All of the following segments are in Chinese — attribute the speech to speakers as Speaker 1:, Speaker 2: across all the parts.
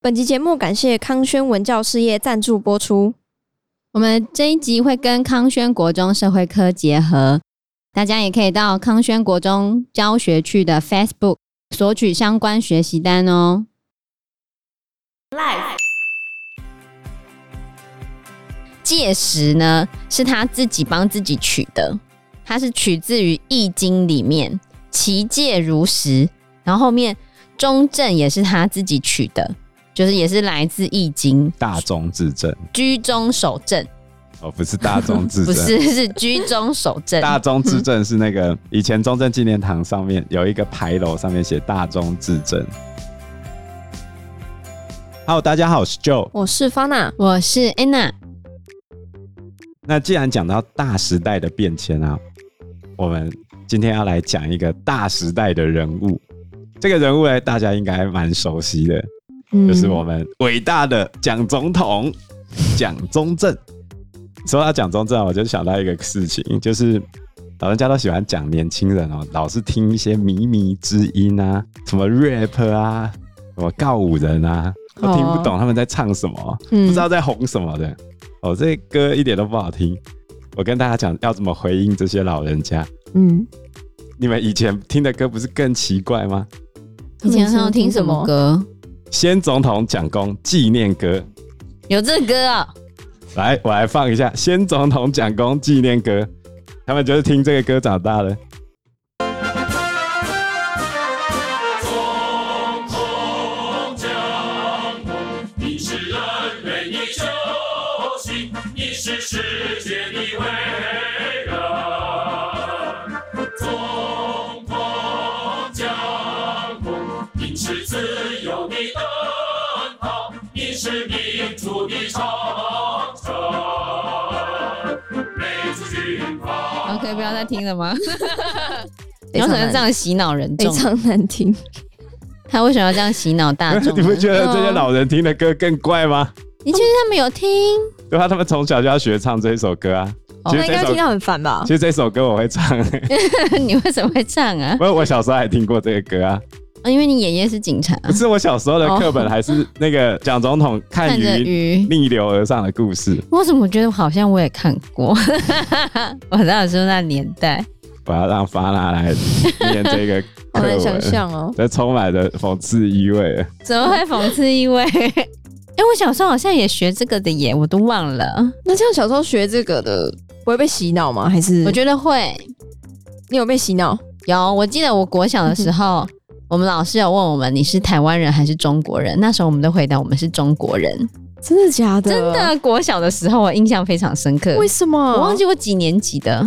Speaker 1: 本集节目感谢康轩文教事业赞助播出。
Speaker 2: 我们这一集会跟康轩国中社会科结合，大家也可以到康轩国中教学区的 Facebook 索取相关学习单哦。戒食呢是他自己帮自己取的，它是取自于《易经》里面“其戒如石”，然后后面“中正”也是他自己取的，就是也是来自《易经》
Speaker 3: 大众自证
Speaker 2: “居中守正”。
Speaker 3: 哦，不是大众自
Speaker 2: 不
Speaker 3: 证，
Speaker 2: 是，是居中守正。
Speaker 3: 大中之证是那个以前中正纪念堂上面有一个牌楼，上面写大中之证。Hello，大家好，我是 Joe。
Speaker 1: 我是方娜，
Speaker 2: 我是 Anna，
Speaker 3: 那既然讲到大时代的变迁啊，我们今天要来讲一个大时代的人物。这个人物呢，大家应该蛮熟悉的，
Speaker 2: 嗯
Speaker 3: 就是我们伟大的蒋总统蒋中正。说到蒋中正啊，我就想到一个事情，就是老人家都喜欢讲年轻人哦，老是听一些靡靡之音啊，什么 rap 啊，什么告五人啊，
Speaker 1: 哦
Speaker 3: 都听不懂他们在唱什么。
Speaker 2: 哦嗯
Speaker 3: 不知道在红什么的。哦，这歌一点都不好听。我跟大家讲要怎么回应这些老人家。
Speaker 1: 嗯，
Speaker 3: 你们以前听的歌不是更奇怪吗？
Speaker 2: 以前他们听什么歌？
Speaker 3: 先总统蒋公纪念歌，
Speaker 2: 有这个歌 啊、
Speaker 3: 来，我来放一下先总统蒋公纪念歌。他们就是听这个歌长大的。
Speaker 4: 你是人类的救星，你是世界的伟人。总统江红，你是自由的灯塔，你是民主的长城。每次军阀。
Speaker 2: o k 不要再听了 吗？
Speaker 1: 非
Speaker 2: 你
Speaker 1: 常
Speaker 2: 为什么
Speaker 1: 难
Speaker 2: 要这样洗脑人
Speaker 1: 非
Speaker 2: 众？
Speaker 1: 常难听。
Speaker 2: 他为什么要这样洗脑大 众
Speaker 3: 你不
Speaker 2: 呢？
Speaker 3: 觉得这些老人听的歌更怪吗？
Speaker 2: 你确定他们有听？
Speaker 3: 对啊，他们从小就要学唱这一首歌啊。
Speaker 2: 哦
Speaker 3: 其
Speaker 1: 他应
Speaker 3: 实这
Speaker 1: 该
Speaker 3: 首
Speaker 1: 听，到很烦吧
Speaker 3: 其？实这首歌我 会唱、
Speaker 2: 你为什么会唱啊？
Speaker 3: 不是我小时候还听过这个歌啊。
Speaker 2: 哦因为你爷爷是警察，啊
Speaker 3: 不是我小时候的课本，还是那个蒋总统看
Speaker 2: 看着
Speaker 3: 鱼
Speaker 2: 鱼。
Speaker 3: 逆流而上的故事。
Speaker 2: 为什么我觉得好像我也看 过？我当时候那年代，
Speaker 3: 我要让法拉来念这个
Speaker 1: 好
Speaker 3: 课
Speaker 1: 难想
Speaker 3: 文，
Speaker 1: 象哦。
Speaker 3: 这充满着讽刺意味。
Speaker 2: 怎么会讽刺意味？ 哎、我小时候好像也学这个的耶，我都忘了。
Speaker 1: 那这样小时候学这个的，不会被洗脑吗？还是
Speaker 2: 我觉得会，
Speaker 1: 你有被洗脑？
Speaker 2: 有，我记得我国小的时 候，我们老师有问我们你是台湾人还是中国人，那时候我们都回答我们是中国 人。
Speaker 1: 真的假的？
Speaker 2: 真？的，国小的时候我印象非常深刻，
Speaker 1: 为什么？
Speaker 2: 我忘记我几年级的，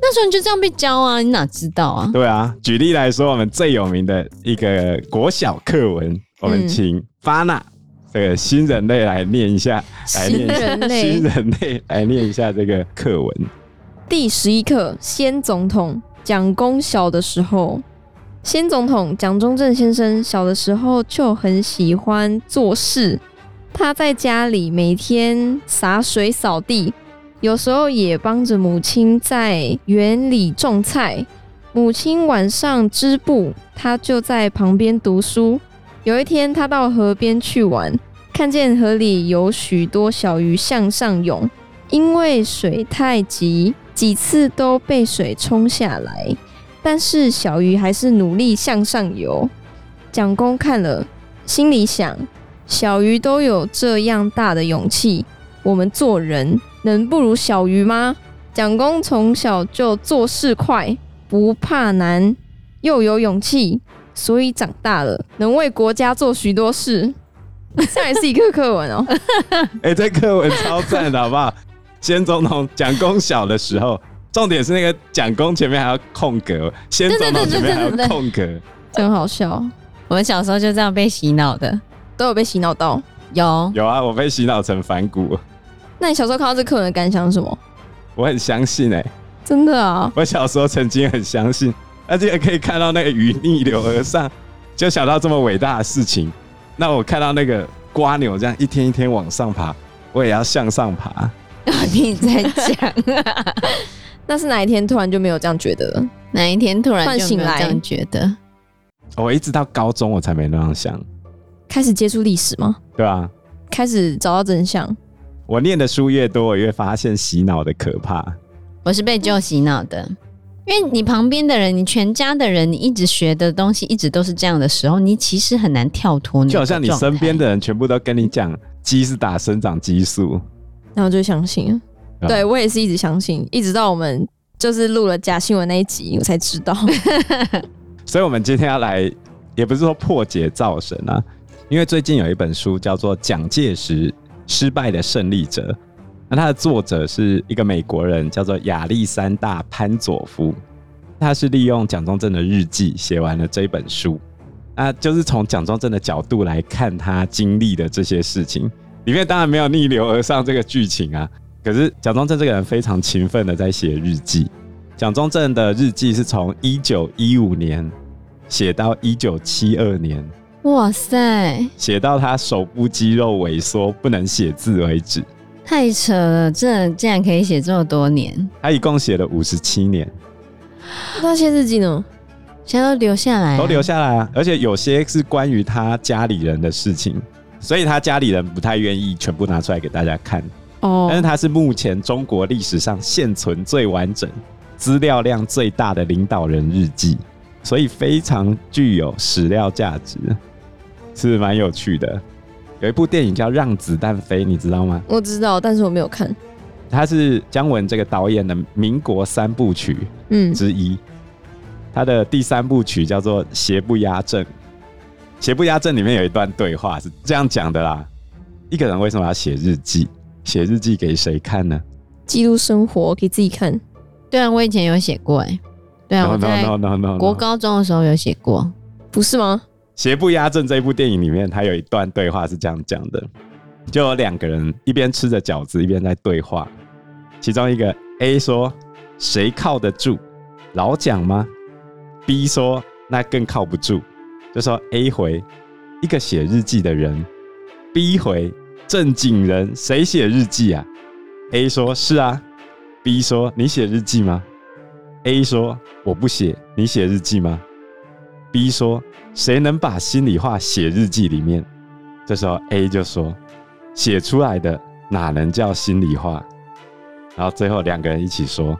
Speaker 2: 那时候你就这样被教啊，你哪知道啊？
Speaker 3: 对啊，举例来说，我们最有名的一个国小课文，我
Speaker 1: 嗯
Speaker 3: 们请法娜这个新人类来念一下，来念
Speaker 1: 新
Speaker 3: 一
Speaker 1: 人
Speaker 3: 下，
Speaker 1: 类
Speaker 3: 新人类来念一下这个课文。
Speaker 1: 第十一课，先总统蒋公小的时候，先总统蒋中正先生小的时候就很喜欢做事。他在家里每天洒水扫地，有时候也帮着母亲在园里种菜。母亲晚上织布，他就在旁边读书。有一天，他到河边去玩，看见河里有许多小鱼向上涌，因为水太急，几次都被水冲下来，但是小鱼还是努力向上游。蒋公看了，心里想：小鱼都有这样大的勇气，我们做人能不如小鱼吗？蒋公从小就做事快，不怕难，又有勇气，所以长大了能为国家做许多事。 这也是一个课文哦、
Speaker 3: 哎、这课文超赞的，好不好？ 先总统蒋公小的时候，重点是那个蒋公前面还要空格，先总统前面还要空格。
Speaker 1: 真好笑，
Speaker 2: 我们小时候就这样被洗脑的，
Speaker 1: 都有被洗脑到。
Speaker 2: 有
Speaker 3: 有啊，我被洗脑成反骨，
Speaker 1: 那你小时候看到这课文的感想是什么？
Speaker 3: 我很相信哎、
Speaker 1: 真的啊，
Speaker 3: 我小时候曾经很相信，而且可以看到那个鱼逆流而上，就想到这么伟大的事情。那我看到那个瓜牛这样一天一天往上爬，我也要向上爬。
Speaker 2: 到底在讲
Speaker 1: 那是哪一天突然就没有这样觉得了？
Speaker 2: 哪一天突然
Speaker 1: 突然
Speaker 2: 就没
Speaker 1: 醒
Speaker 2: 有
Speaker 1: 来
Speaker 2: 这样觉得？
Speaker 3: 我一直到高中我才没那样想，
Speaker 1: 开始接触历史吗？
Speaker 3: 对吧？
Speaker 1: 开始找到真相？
Speaker 3: 我念的书越多，我越发现洗脑的可怕。
Speaker 2: 我是被舅洗脑的，因为你旁边的人，你全家的人，你一直学的东西一直都是这样的时候，你其实很难跳脱那个
Speaker 3: 就好
Speaker 2: 状态。
Speaker 3: 像你身边的人全部都跟你讲，鸡是打生长激素，
Speaker 1: 然后就相信了。
Speaker 3: 啊
Speaker 1: 对我也是一直相信，一直到我们就是录了假新闻那一集，我才知道。
Speaker 3: 所以我们今天要来，也不是说破解造神啊，因为最近有一本书叫做《蒋介石：失败的胜利者》，那它的作者是一个美国人，叫做亚历山大潘佐夫，他是利用蒋中正的日记写完了这一本书，那就是从蒋中正的角度来看他经历的这些事情，里面当然没有逆流而上这个剧情啊，可是蒋中正这个人非常勤奋的在写日记。蒋中正的日记是从一九一五年写到一九七二年，
Speaker 2: 哇塞，
Speaker 3: 写到他手部肌肉萎缩不能写字为止。
Speaker 2: 太扯了！这竟然可以写这么多年，
Speaker 3: 他一共写了五十七年，
Speaker 1: 那些日记呢？
Speaker 2: 现在都留下来、
Speaker 3: 都留。下来啊！而且有些是关于他家里人的事情，所以他家里人不太愿意全部拿出来给大家看。
Speaker 1: 哦
Speaker 3: 但是他是目前中国历史上现存最完整、资料量最大的领导人日记，所以非常具有史料价值，是蛮有趣的。有一部电影叫《让子弹飞》，你知道吗？
Speaker 1: 我知道，但是我没有看。
Speaker 3: 它是姜文这个导演的民国三部曲
Speaker 1: 嗯，
Speaker 3: 之一。他的第三部曲叫做《邪不压正》，《邪不压正》里面有一段对话是这样讲的啦：一个人为什么要写日记？写日记给谁看呢？
Speaker 1: 记录生活给自己看。
Speaker 2: 对啊，我以前有写过哎、对啊，
Speaker 3: no
Speaker 2: 我
Speaker 3: no
Speaker 2: 在
Speaker 3: no no no，
Speaker 2: 国
Speaker 3: no
Speaker 2: 高中的时候有写过。
Speaker 1: 不是吗？
Speaker 3: 邪不压正这一部电影里面，它有一段对话是这样讲的：就有两个人一边吃着饺子，一边在对话。其中一个 A 说：“谁靠得住？老蒋吗？”B 说：“那更靠不住。”就说 A 回一个写日记的人，B 回正经人，谁写日记啊？A 说：“是啊。”B 说：“你写日记吗？”A 说：“我不写，你写日记吗？”B 说：“谁能把心里话写日记里面？”这时候 A 就说：“写出来的哪能叫心里话？”然后最后两个人一起说：“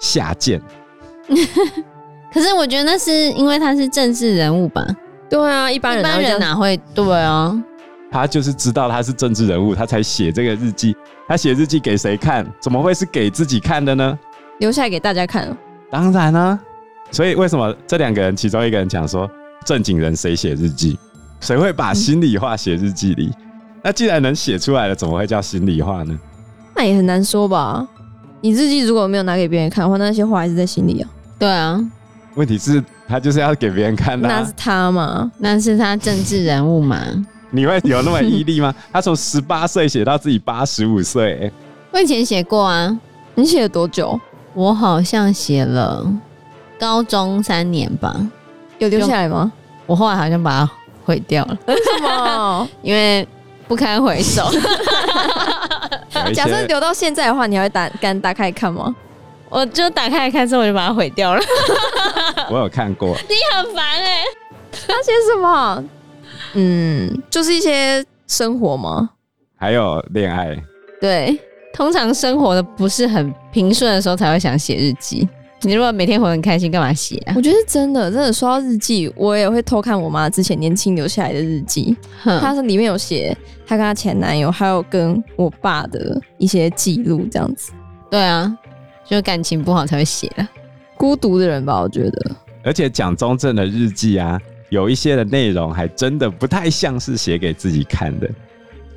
Speaker 3: 下贱。
Speaker 2: 可是我觉得那是因为他是政治人物吧，
Speaker 1: 对啊，一般
Speaker 2: 一
Speaker 1: 人哪
Speaker 2: 般
Speaker 1: 会这
Speaker 2: 人
Speaker 1: 样
Speaker 2: 哪会？对啊，”
Speaker 3: 他就是知道他是政治人物，他才写这个日记。他写日记给谁看？怎么会是给自己看的呢？
Speaker 1: 留下来给大家看哦。
Speaker 3: 当然啊。所以为什么这两个人其中一个人讲说正经人谁写日记？谁会把心里话写日记里？那既然能写出来了，怎么会叫心里话呢？
Speaker 1: 那也很难说吧。你日记如果没有拿给别人看的话，那些话还是在心里啊。
Speaker 2: 对啊，
Speaker 3: 问题是，他就是要给别人看的、
Speaker 1: 那
Speaker 3: 啊
Speaker 1: 是。他嘛？
Speaker 2: 那是他政治人物嘛。
Speaker 3: 你会有那么毅力吗？ 他从十八岁写到自己八十五岁，欸
Speaker 2: 我以前写过啊，
Speaker 1: 你写了多久？
Speaker 2: 我好像写了高中三年吧，
Speaker 1: 有留下来吗？
Speaker 2: 我后来好像把它毁掉了，
Speaker 1: 什么？
Speaker 2: 因为不堪 回首。
Speaker 3: 有一
Speaker 1: 假设
Speaker 3: 些
Speaker 1: 留到现在的话，你还会打敢打开看吗？
Speaker 2: 我就打开来看之后，我就把它毁掉了，
Speaker 3: 我有看过，
Speaker 2: 很烦哎、
Speaker 1: 那些什么？嗯，就是一些生活嘛。
Speaker 3: 还有恋爱，
Speaker 2: 对，通常生活的不是很平顺的时候才会想写日记。你如果每天活得很开心，干嘛写啊？
Speaker 1: 我觉得是真的，真的说到日记，我也会偷看我妈之前年轻留下来的日记。
Speaker 2: 哼
Speaker 1: 她是里面有写她跟她前男友，还有跟我爸的一些记录，这样子。
Speaker 2: 对啊，就感情不好才会写啊。
Speaker 1: 孤独的人吧，我觉得。
Speaker 3: 而且蒋中正的日记啊，有一些的内容还真的不太像是写给自己看的。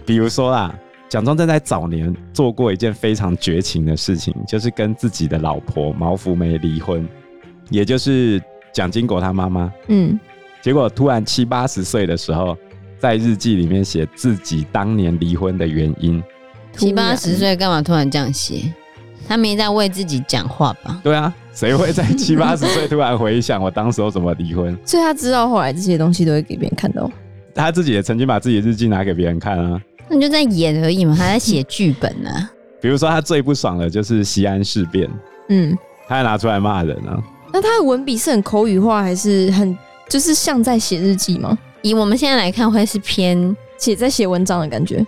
Speaker 3: 比如说啊，蒋中正在早年做过一件非常绝情的事情，就是跟自己的老婆毛福梅离婚，也就是蒋经国他妈妈。
Speaker 1: 嗯，
Speaker 3: 结果突然七八十岁的时候，在日记里面写自己当年离婚的原因。
Speaker 2: 七八十
Speaker 1: 突然，
Speaker 2: 岁干嘛突然这样写？他没在为自己讲话吧？
Speaker 3: 对啊，谁会在七八十岁突然回想我当时候怎么离婚？
Speaker 1: 所以她知道后来这些东西都会给别人看到。
Speaker 3: 他自己也曾经把自己的日记拿给别人看啊。
Speaker 2: 那你就在演而已嘛，他在写剧本呢、啊。
Speaker 3: 比如说他最不爽的就是西安事变，
Speaker 1: 嗯，
Speaker 3: 他还拿出来骂人啊。
Speaker 1: 那她的文笔是很口语化，还是很就是像在写日记吗？
Speaker 2: 以我们现在来看，会是偏
Speaker 1: 写在写文章的感觉。，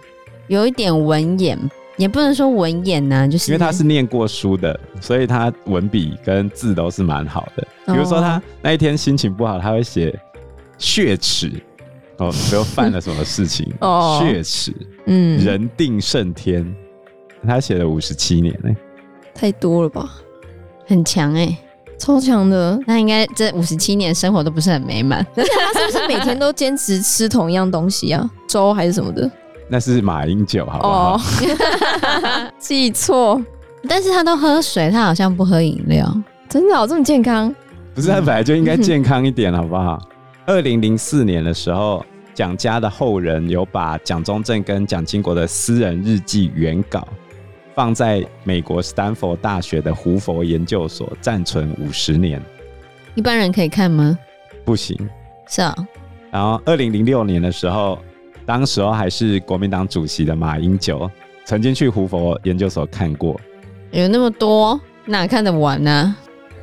Speaker 2: 有一点文言，也不能说文言呐、就是
Speaker 3: 因为他是念过书的，所以他文笔跟字都是蛮好的。比如说他那一天心情不好，他会写血耻，哦，比如犯了什么事情
Speaker 1: 哦
Speaker 3: 血耻，
Speaker 1: 嗯，
Speaker 3: 人定胜天。他写了五十七年欸呢、
Speaker 1: 太多了吧，
Speaker 2: 很强哎、
Speaker 1: 超强的。
Speaker 2: 那应该这五十七年生活都不是很美满，
Speaker 1: 而且他是不是每天都坚持吃同样东西啊？ 粥还是什么的？
Speaker 3: 那是马英九，好不好？
Speaker 1: 哦， 记错，
Speaker 2: 但是他都喝水，他好像不喝饮料。
Speaker 1: 真的哦，这么健康
Speaker 3: 不是，他本来就应该健康一点，好不好？ 二零零四年的时候，蒋家的后人有把蒋中正跟蒋经国的私人日记原稿放在美国斯坦福大学的胡佛研究所暂存五十年，
Speaker 2: 一般人可以看吗？
Speaker 3: 不行。
Speaker 2: 是啊、
Speaker 3: 然后二零零六年的时候，当时候还是国民党主席的马英九曾经去胡佛研究所看过，
Speaker 2: 有那么多，哪看得完呢、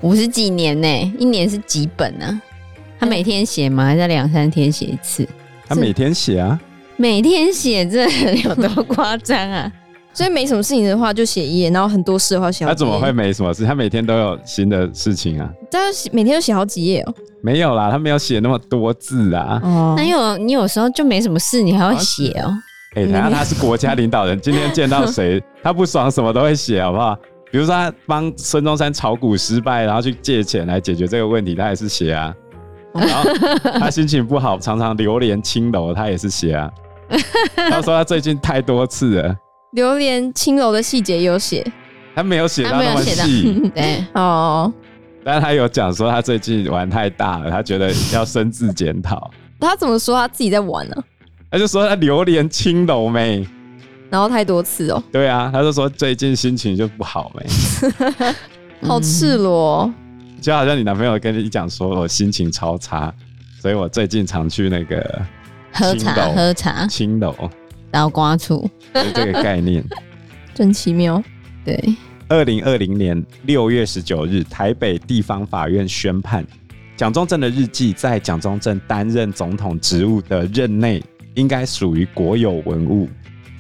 Speaker 2: 五十几年呢、一年是几本呢、他每天写吗？还是两三天写一次？
Speaker 3: 他
Speaker 2: 是
Speaker 3: 每天写啊，
Speaker 2: 每天写，这有多夸张啊？
Speaker 1: 所以没什么事情的话就写一页，然后很多事的话写好几页。
Speaker 3: 他怎么会没什么事？他每天都有新的事情啊。
Speaker 1: 但是每天都写好几页哦。
Speaker 3: 没有啦，他没有写那么多字 啊。
Speaker 1: 哦
Speaker 2: 那有你有时候就没什么事，你还会写哦、
Speaker 3: 哎、等一下他是国家领导人，今天见到谁，他不爽什么都会写，好不好？比如说他帮孙中山炒股失败，然后去借钱来解决这个问题，他也是写啊。然后他心情不好，常常流连青楼，他也是写啊。他说他最近太多次了，
Speaker 1: 榴莲轻柔的细节也有写
Speaker 3: 他没有写到
Speaker 2: 他没有
Speaker 3: 那么
Speaker 2: 写到
Speaker 3: 细，
Speaker 2: 对，
Speaker 1: 哦。
Speaker 3: 但他有讲说他最近玩太大了，他觉得要深自检讨。
Speaker 1: 他怎么说他自己在玩啊呢、
Speaker 3: 他就说他流连青楼没，
Speaker 1: 然后太多次哦，
Speaker 3: 对啊，他就说最近心情就不好没。
Speaker 1: 好
Speaker 2: 嗯
Speaker 1: 赤裸哦、
Speaker 3: 就好像你男朋友跟你讲说我心情超差，所以我最近常去那个
Speaker 2: 喝茶
Speaker 3: 青岛
Speaker 2: 喝茶，
Speaker 3: 青楼，
Speaker 2: 然后刮醋，
Speaker 3: 就这个概念。
Speaker 1: 真奇妙。
Speaker 2: 对，
Speaker 3: 二零二零年六月十九日，台北地方法院宣判，蒋中正的日记在蒋中正担任总统职务的任内，应该属于国有文物，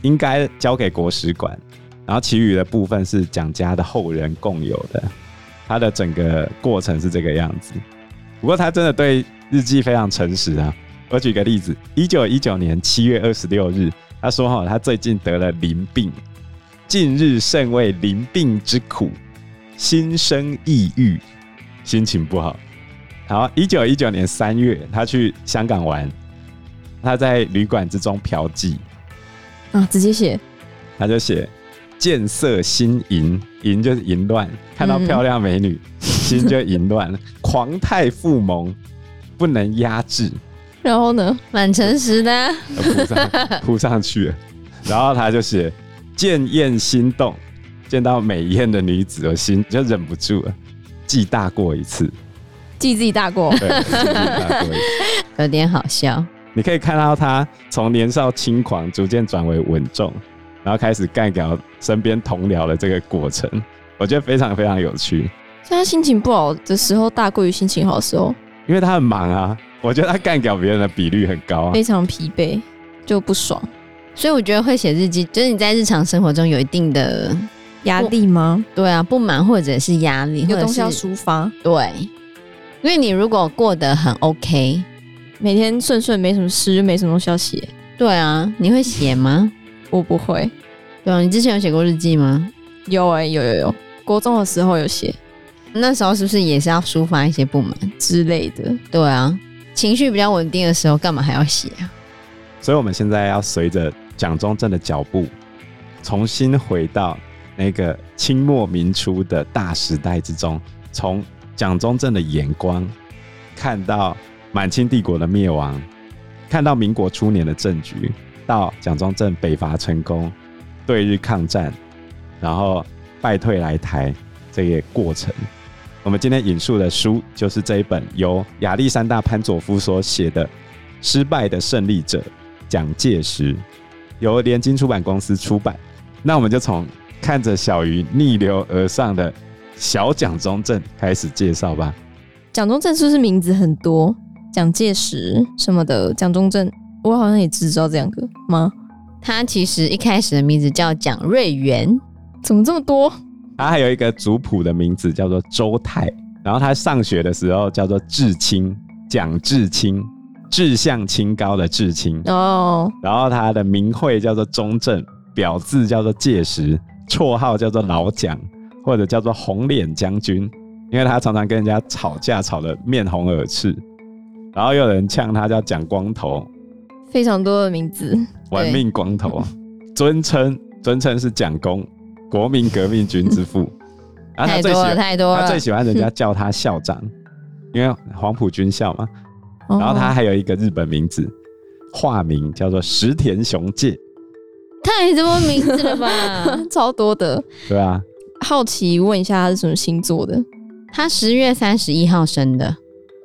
Speaker 3: 应该交给国史馆，然后其余的部分是蒋家的后人共有的。他的整个过程是这个样子。不过他真的对日记非常诚实啊。我举个例子，一九一九年七月二十六日，他说哈、他最近得了淋病，近日甚为淋病之苦，心生抑郁，心情不好。好，一九一九年三月，他去香港玩，他在旅馆之中嫖妓，
Speaker 1: 啊，直接写
Speaker 3: 他就写“见色心淫”，淫就是淫乱，看到漂亮美女，心就淫乱，狂态复萌，不能压制，
Speaker 1: 然后呢？
Speaker 2: 蛮诚实的啊、
Speaker 3: 呃扑上扑上去了。然后他就写“见艳心动”，见到美艳的女子，我心就忍不住了，记大过一次，，
Speaker 1: 记自己大 过
Speaker 3: 对，记大过一次。
Speaker 2: 有点好笑。
Speaker 3: 你可以看到他从年少轻狂逐渐转为稳重，然后开始干掉身边同僚的这个过程，我觉得非常非常有趣。
Speaker 1: 所以他心情不好的时候大过于心情好的时候，
Speaker 3: 因为他很忙啊，我觉得他干掉别人的比率很高啊。
Speaker 1: 非常疲惫就不爽，
Speaker 2: 所以我觉得会写日记，就是你在日常生活中有一定的
Speaker 1: 压力吗？
Speaker 2: 对啊不满或者是压力，
Speaker 1: 有东西
Speaker 2: 或
Speaker 1: 要
Speaker 2: 者是
Speaker 1: 抒发，
Speaker 2: 对，因为你如果过得很 OK，
Speaker 1: 每天顺顺没什么事，就没什么东西要写。
Speaker 2: 对啊，你会写吗？
Speaker 1: 我不会，
Speaker 2: 对啊，你之前有写过日记吗？
Speaker 1: 有哎、有有有，国中的时候有写
Speaker 2: 那时候是不是也是要抒发一些不满？
Speaker 1: 之类的，
Speaker 2: 对啊，情绪比较稳定的时候，干嘛还要写啊？
Speaker 3: 所以我们现在要随着蒋中正的脚步，重新回到那个清末民初的大时代之中，从蒋中正的眼光看到满清帝国的灭亡，看到民国初年的政局，到蒋中正北伐成功、对日抗战，然后败退来台这个过程。我们今天引述的书就是这一本由亚历山大潘佐夫所写的《失败的胜利者》，蒋介石，由联经出版公司出版。那我们就从看着小鱼逆流而上的小蒋中正开始介绍吧。
Speaker 1: 蒋中正是不是名字很多？蒋介石什么的，蒋中正，我好像也只知道这两个吗？
Speaker 2: 他其实一开始的名字叫蒋瑞元，
Speaker 1: 怎么这么多？
Speaker 3: 他还有一个族谱的名字叫做周泰，然后他上学的时候叫做志清，蒋志清，志向清高的志清。
Speaker 1: 哦，
Speaker 3: 然后他的名讳叫做中正，表字叫做介石，绰号叫做老蒋，或者叫做红脸将军，因为他常常跟人家吵架，吵得面红耳赤。然后又有人呛他叫蒋光头，
Speaker 1: 非常多的名字，
Speaker 3: 玩命光头，啊尊称尊称是蒋公，国民革命军之父。然后啊他
Speaker 2: 太
Speaker 3: 最
Speaker 2: 多
Speaker 3: 喜
Speaker 2: 了
Speaker 3: 欢
Speaker 2: 太多
Speaker 3: 他
Speaker 2: 了
Speaker 3: 最。喜欢人家叫他校长，因为黄埔军校嘛。
Speaker 1: 然
Speaker 3: 然后
Speaker 2: 哦
Speaker 3: 他还有一个日本名字，化名叫做石田雄介，
Speaker 2: 太多名字 了吧？
Speaker 1: 超多的，
Speaker 3: 对啊，
Speaker 1: 好奇问一下他是什么星座的？
Speaker 2: 他十月三十一号生的，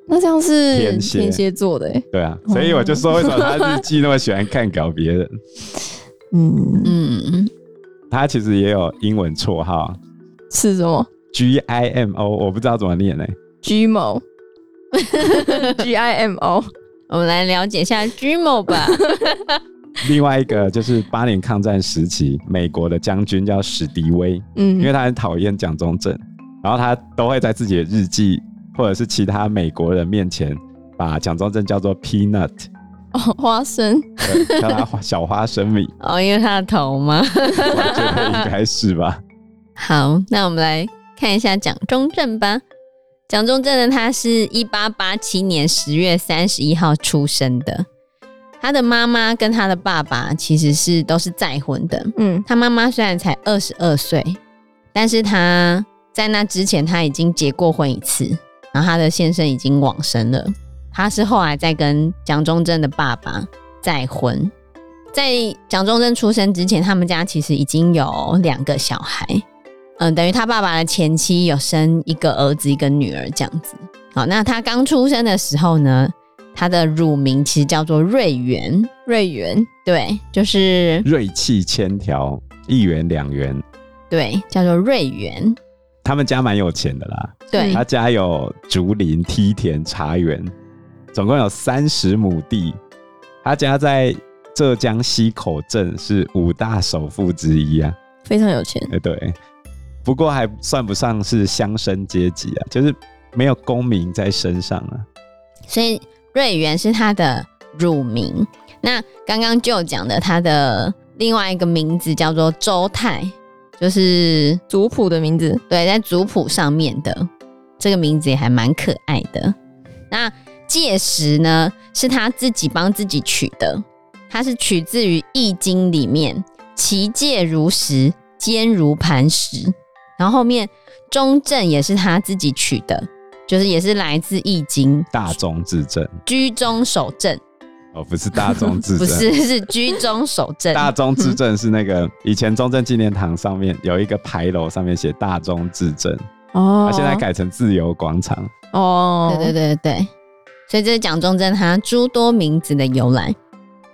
Speaker 1: 那这样是
Speaker 3: 天蝎
Speaker 1: 天蝎座的欸，
Speaker 3: 对啊，所以我就说为什么他日记那么喜欢看稿别人，
Speaker 1: 嗯，
Speaker 2: 嗯，
Speaker 3: 他其实也有英文绰号
Speaker 1: 是什么
Speaker 3: G I M O，我不知道怎么念呢、
Speaker 1: ？G 某 ，G I M O，
Speaker 2: 我们来了解一下 Gmo 吧。
Speaker 3: 另外一个就是八年抗战时期美国的将军叫史迪威，
Speaker 1: 嗯，
Speaker 3: 因为他很讨厌蒋中正，然后他都会在自己的日记或者是其他美国人面前把蒋中正叫做 Peanut，
Speaker 1: 哦，花生，
Speaker 3: 对叫他花小花生米，
Speaker 2: 哦，因为他的头吗？
Speaker 3: 我觉得应该是吧。
Speaker 2: 好，那我们来看一下蒋中正吧。蒋中正呢，他是一八八七年十月三十一号出生的。他的妈妈跟他的爸爸其实是都是再婚的。
Speaker 1: 嗯，
Speaker 2: 他妈妈虽然才二十二岁，但是他在那之前他已经结过婚一次，然后他的先生已经往生了。他是后来再跟蒋中正的爸爸再婚。在蒋中正出生之前，他们家其实已经有两个小孩，嗯，等于他爸爸的前妻有生一个儿子一个女儿这样子。好，那他刚出生的时候呢，他的乳名其实叫做瑞元，
Speaker 1: 瑞元，
Speaker 2: 对，就是
Speaker 3: 锐气千条，一元两元，
Speaker 2: 对，叫做瑞元。
Speaker 3: 他们家蛮有钱的啦，
Speaker 2: 对，
Speaker 3: 他家有竹林、梯田、茶园，总共有三十亩地。他家在浙江溪口镇是五大首富之一啊，
Speaker 1: 非常有钱，
Speaker 3: 哎对，不过还算不上是乡绅阶级啊，就是没有功名在身上啊。
Speaker 2: 所以瑞元是他的乳名。那刚刚就讲的，他的另外一个名字叫做周泰，就是
Speaker 1: 族谱的名字，
Speaker 2: 对，在族谱上面的这个名字也还蛮可爱的。那介石呢，是他自己帮自己取的，它是取自于《易经》里面“其介如石，坚如磐石”，然后后面“中正”也是他自己取的，就是也是来自《易经》
Speaker 3: 大中至正
Speaker 2: “居中守正
Speaker 3: 哦，不是大中”，至
Speaker 2: 不
Speaker 3: 正，
Speaker 2: 是是“居中守正
Speaker 3: 大中至正是那个以前中正纪念堂上面有一个牌楼，上面写大中至正，他、
Speaker 1: 哦
Speaker 3: 现在，改成自由广场。
Speaker 1: 哦”。，
Speaker 2: 对对对对对，所以这是蒋中正他诸多名字的由来。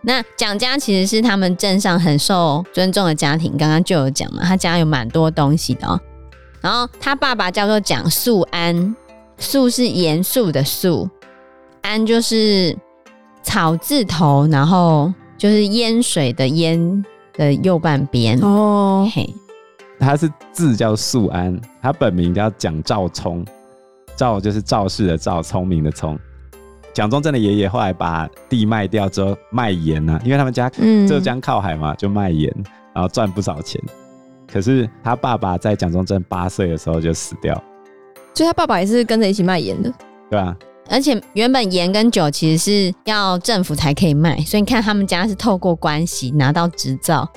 Speaker 2: 那蒋家其实是他们镇上很受尊重的家庭，刚刚就有讲嘛，他家有蛮多东西的哦。然后他爸爸叫做蒋肃安，肃是严肃的肃，安就是草字头，然后就是淹水的淹的右半边。
Speaker 1: 哦，
Speaker 2: 嘿，
Speaker 3: 他是字叫素安，他本名叫蒋兆聪，兆就是赵氏的赵，聪明的聪。蒋中正的爷爷后来把地卖掉之后卖盐啊，因为他们家
Speaker 1: 嗯
Speaker 3: 浙江靠海嘛，就卖盐，然后赚不少钱。可是他爸爸在蒋中正八岁的时候就死掉，
Speaker 1: 所以他爸爸也是跟着一起卖盐的，
Speaker 3: 对吧、
Speaker 2: 而且原本盐跟酒其实是要政府才可以卖，所以你看他们家是透过关系拿到执照，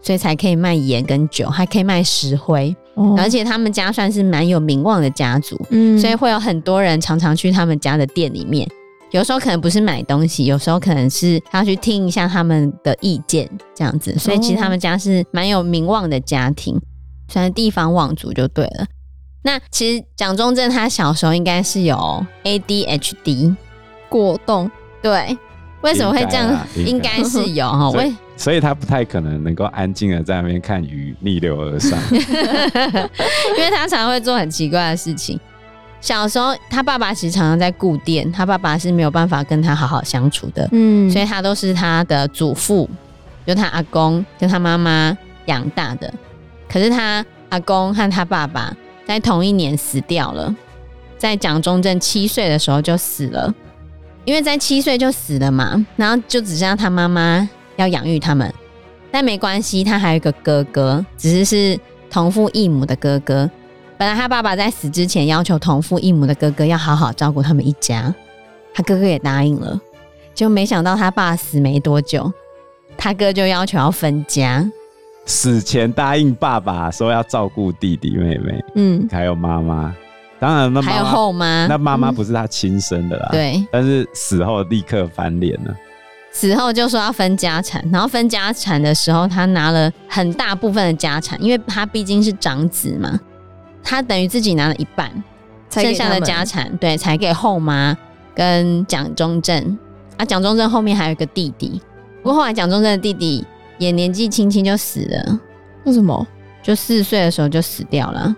Speaker 2: 所以才可以卖盐跟酒，还可以卖石灰。
Speaker 1: 哦
Speaker 2: 而且他们家算是蛮有名望的家族，
Speaker 1: 嗯
Speaker 2: 所以会有很多人常常去他们家的店里面。有时候可能不是买东西，有时候可能是要去听一下他们的意见这样子，所以其实他们家是蛮有名望的家庭，算是地方望族就对了。那其实蒋中正他小时候应该是有 ADHD，
Speaker 1: 果冻，
Speaker 2: 对，为什么会这样？
Speaker 3: 应
Speaker 2: 应
Speaker 3: 该啊
Speaker 2: 该是 有哈，
Speaker 3: 所以
Speaker 2: 为
Speaker 3: 所以他不太可能能够安静的在那边看 鱼逆流而上。
Speaker 2: 因为他常会做很奇怪的事情。小时候他爸爸其实常常在顾店，他爸爸是没有办法跟他好好相处的，
Speaker 1: 嗯，
Speaker 2: 所以他都是他的祖父，就他阿公跟他妈妈养大的。可是他阿公和他爸爸在同一年死掉了，在蒋中正七岁的时候就死了，因为在七岁就死了嘛，然后就只剩下他妈妈要养育他们。但没关系，他还有一个哥哥，只是是同父异母的哥哥。本来他爸爸在死之前要求同父异母的哥哥要好好照顾他们一家，他哥哥也答应了。就没想到他爸死没多久，他哥就要求要分家。
Speaker 3: 死前答应爸爸说要照顾弟弟妹妹，
Speaker 1: 嗯
Speaker 3: 还有妈妈。当然，那
Speaker 2: 还
Speaker 3: 妈
Speaker 2: 有
Speaker 3: 妈
Speaker 2: 后妈，
Speaker 3: 那妈妈不是他亲生的啦，，
Speaker 2: 嗯对，
Speaker 3: 但是死后立刻翻脸了。
Speaker 2: 死后就说要分家产，然后分家产的时候，他拿了很大部分的家产，因为他毕竟是长子嘛，他等于自己拿了一半，
Speaker 1: 才
Speaker 2: 剩
Speaker 1: 给他
Speaker 2: 下的
Speaker 1: 们
Speaker 2: 家产对才给后妈跟蒋中正啊，蒋中正后面还有一个弟弟，不过后来蒋中正的弟弟也年纪轻轻就死了。
Speaker 1: 为什么？
Speaker 2: 就四岁的时候就死掉了。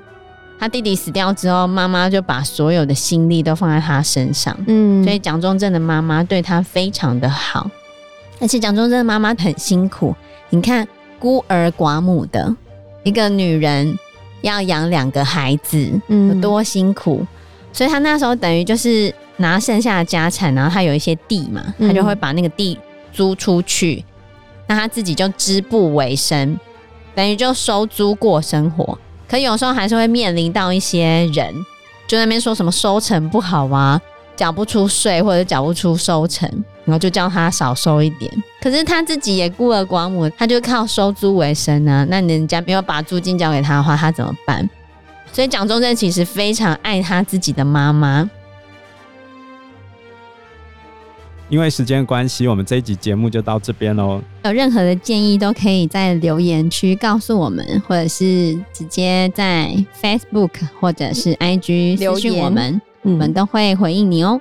Speaker 2: 他弟弟死掉之后，妈妈就把所有的心力都放在他身上，
Speaker 1: 嗯，
Speaker 2: 所以蒋中正的妈妈对他非常的好，而且蒋中正的妈妈很辛苦。你看，孤儿寡母的一个女人要养两个孩子，有
Speaker 1: 嗯
Speaker 2: 多辛苦。所以他那时候等于就是拿剩下的家产，然后他有一些地嘛，
Speaker 1: 嗯
Speaker 2: 他就会把那个地租出去，那他自己就织布为生，等于就收租过生活。可有时候还是会面临到一些人，就在那边说什么收成不好啊，缴不出税或者缴不出收成，然后就叫他少收一点。可是他自己也孤儿寡母，他就靠收租为生啊。那人家没有把租金交给他的话，他怎么办？所以蒋中正其实非常爱他自己的妈妈。
Speaker 3: 因为时间关系，我们这一集节目就到这边喽。
Speaker 2: 有任何的建议都可以在留言区告诉我们，或者是直接在 Facebook 或者是 IG
Speaker 1: 留
Speaker 2: 私讯
Speaker 1: 言
Speaker 2: 我们，我
Speaker 1: 嗯
Speaker 2: 们都会回应你哦。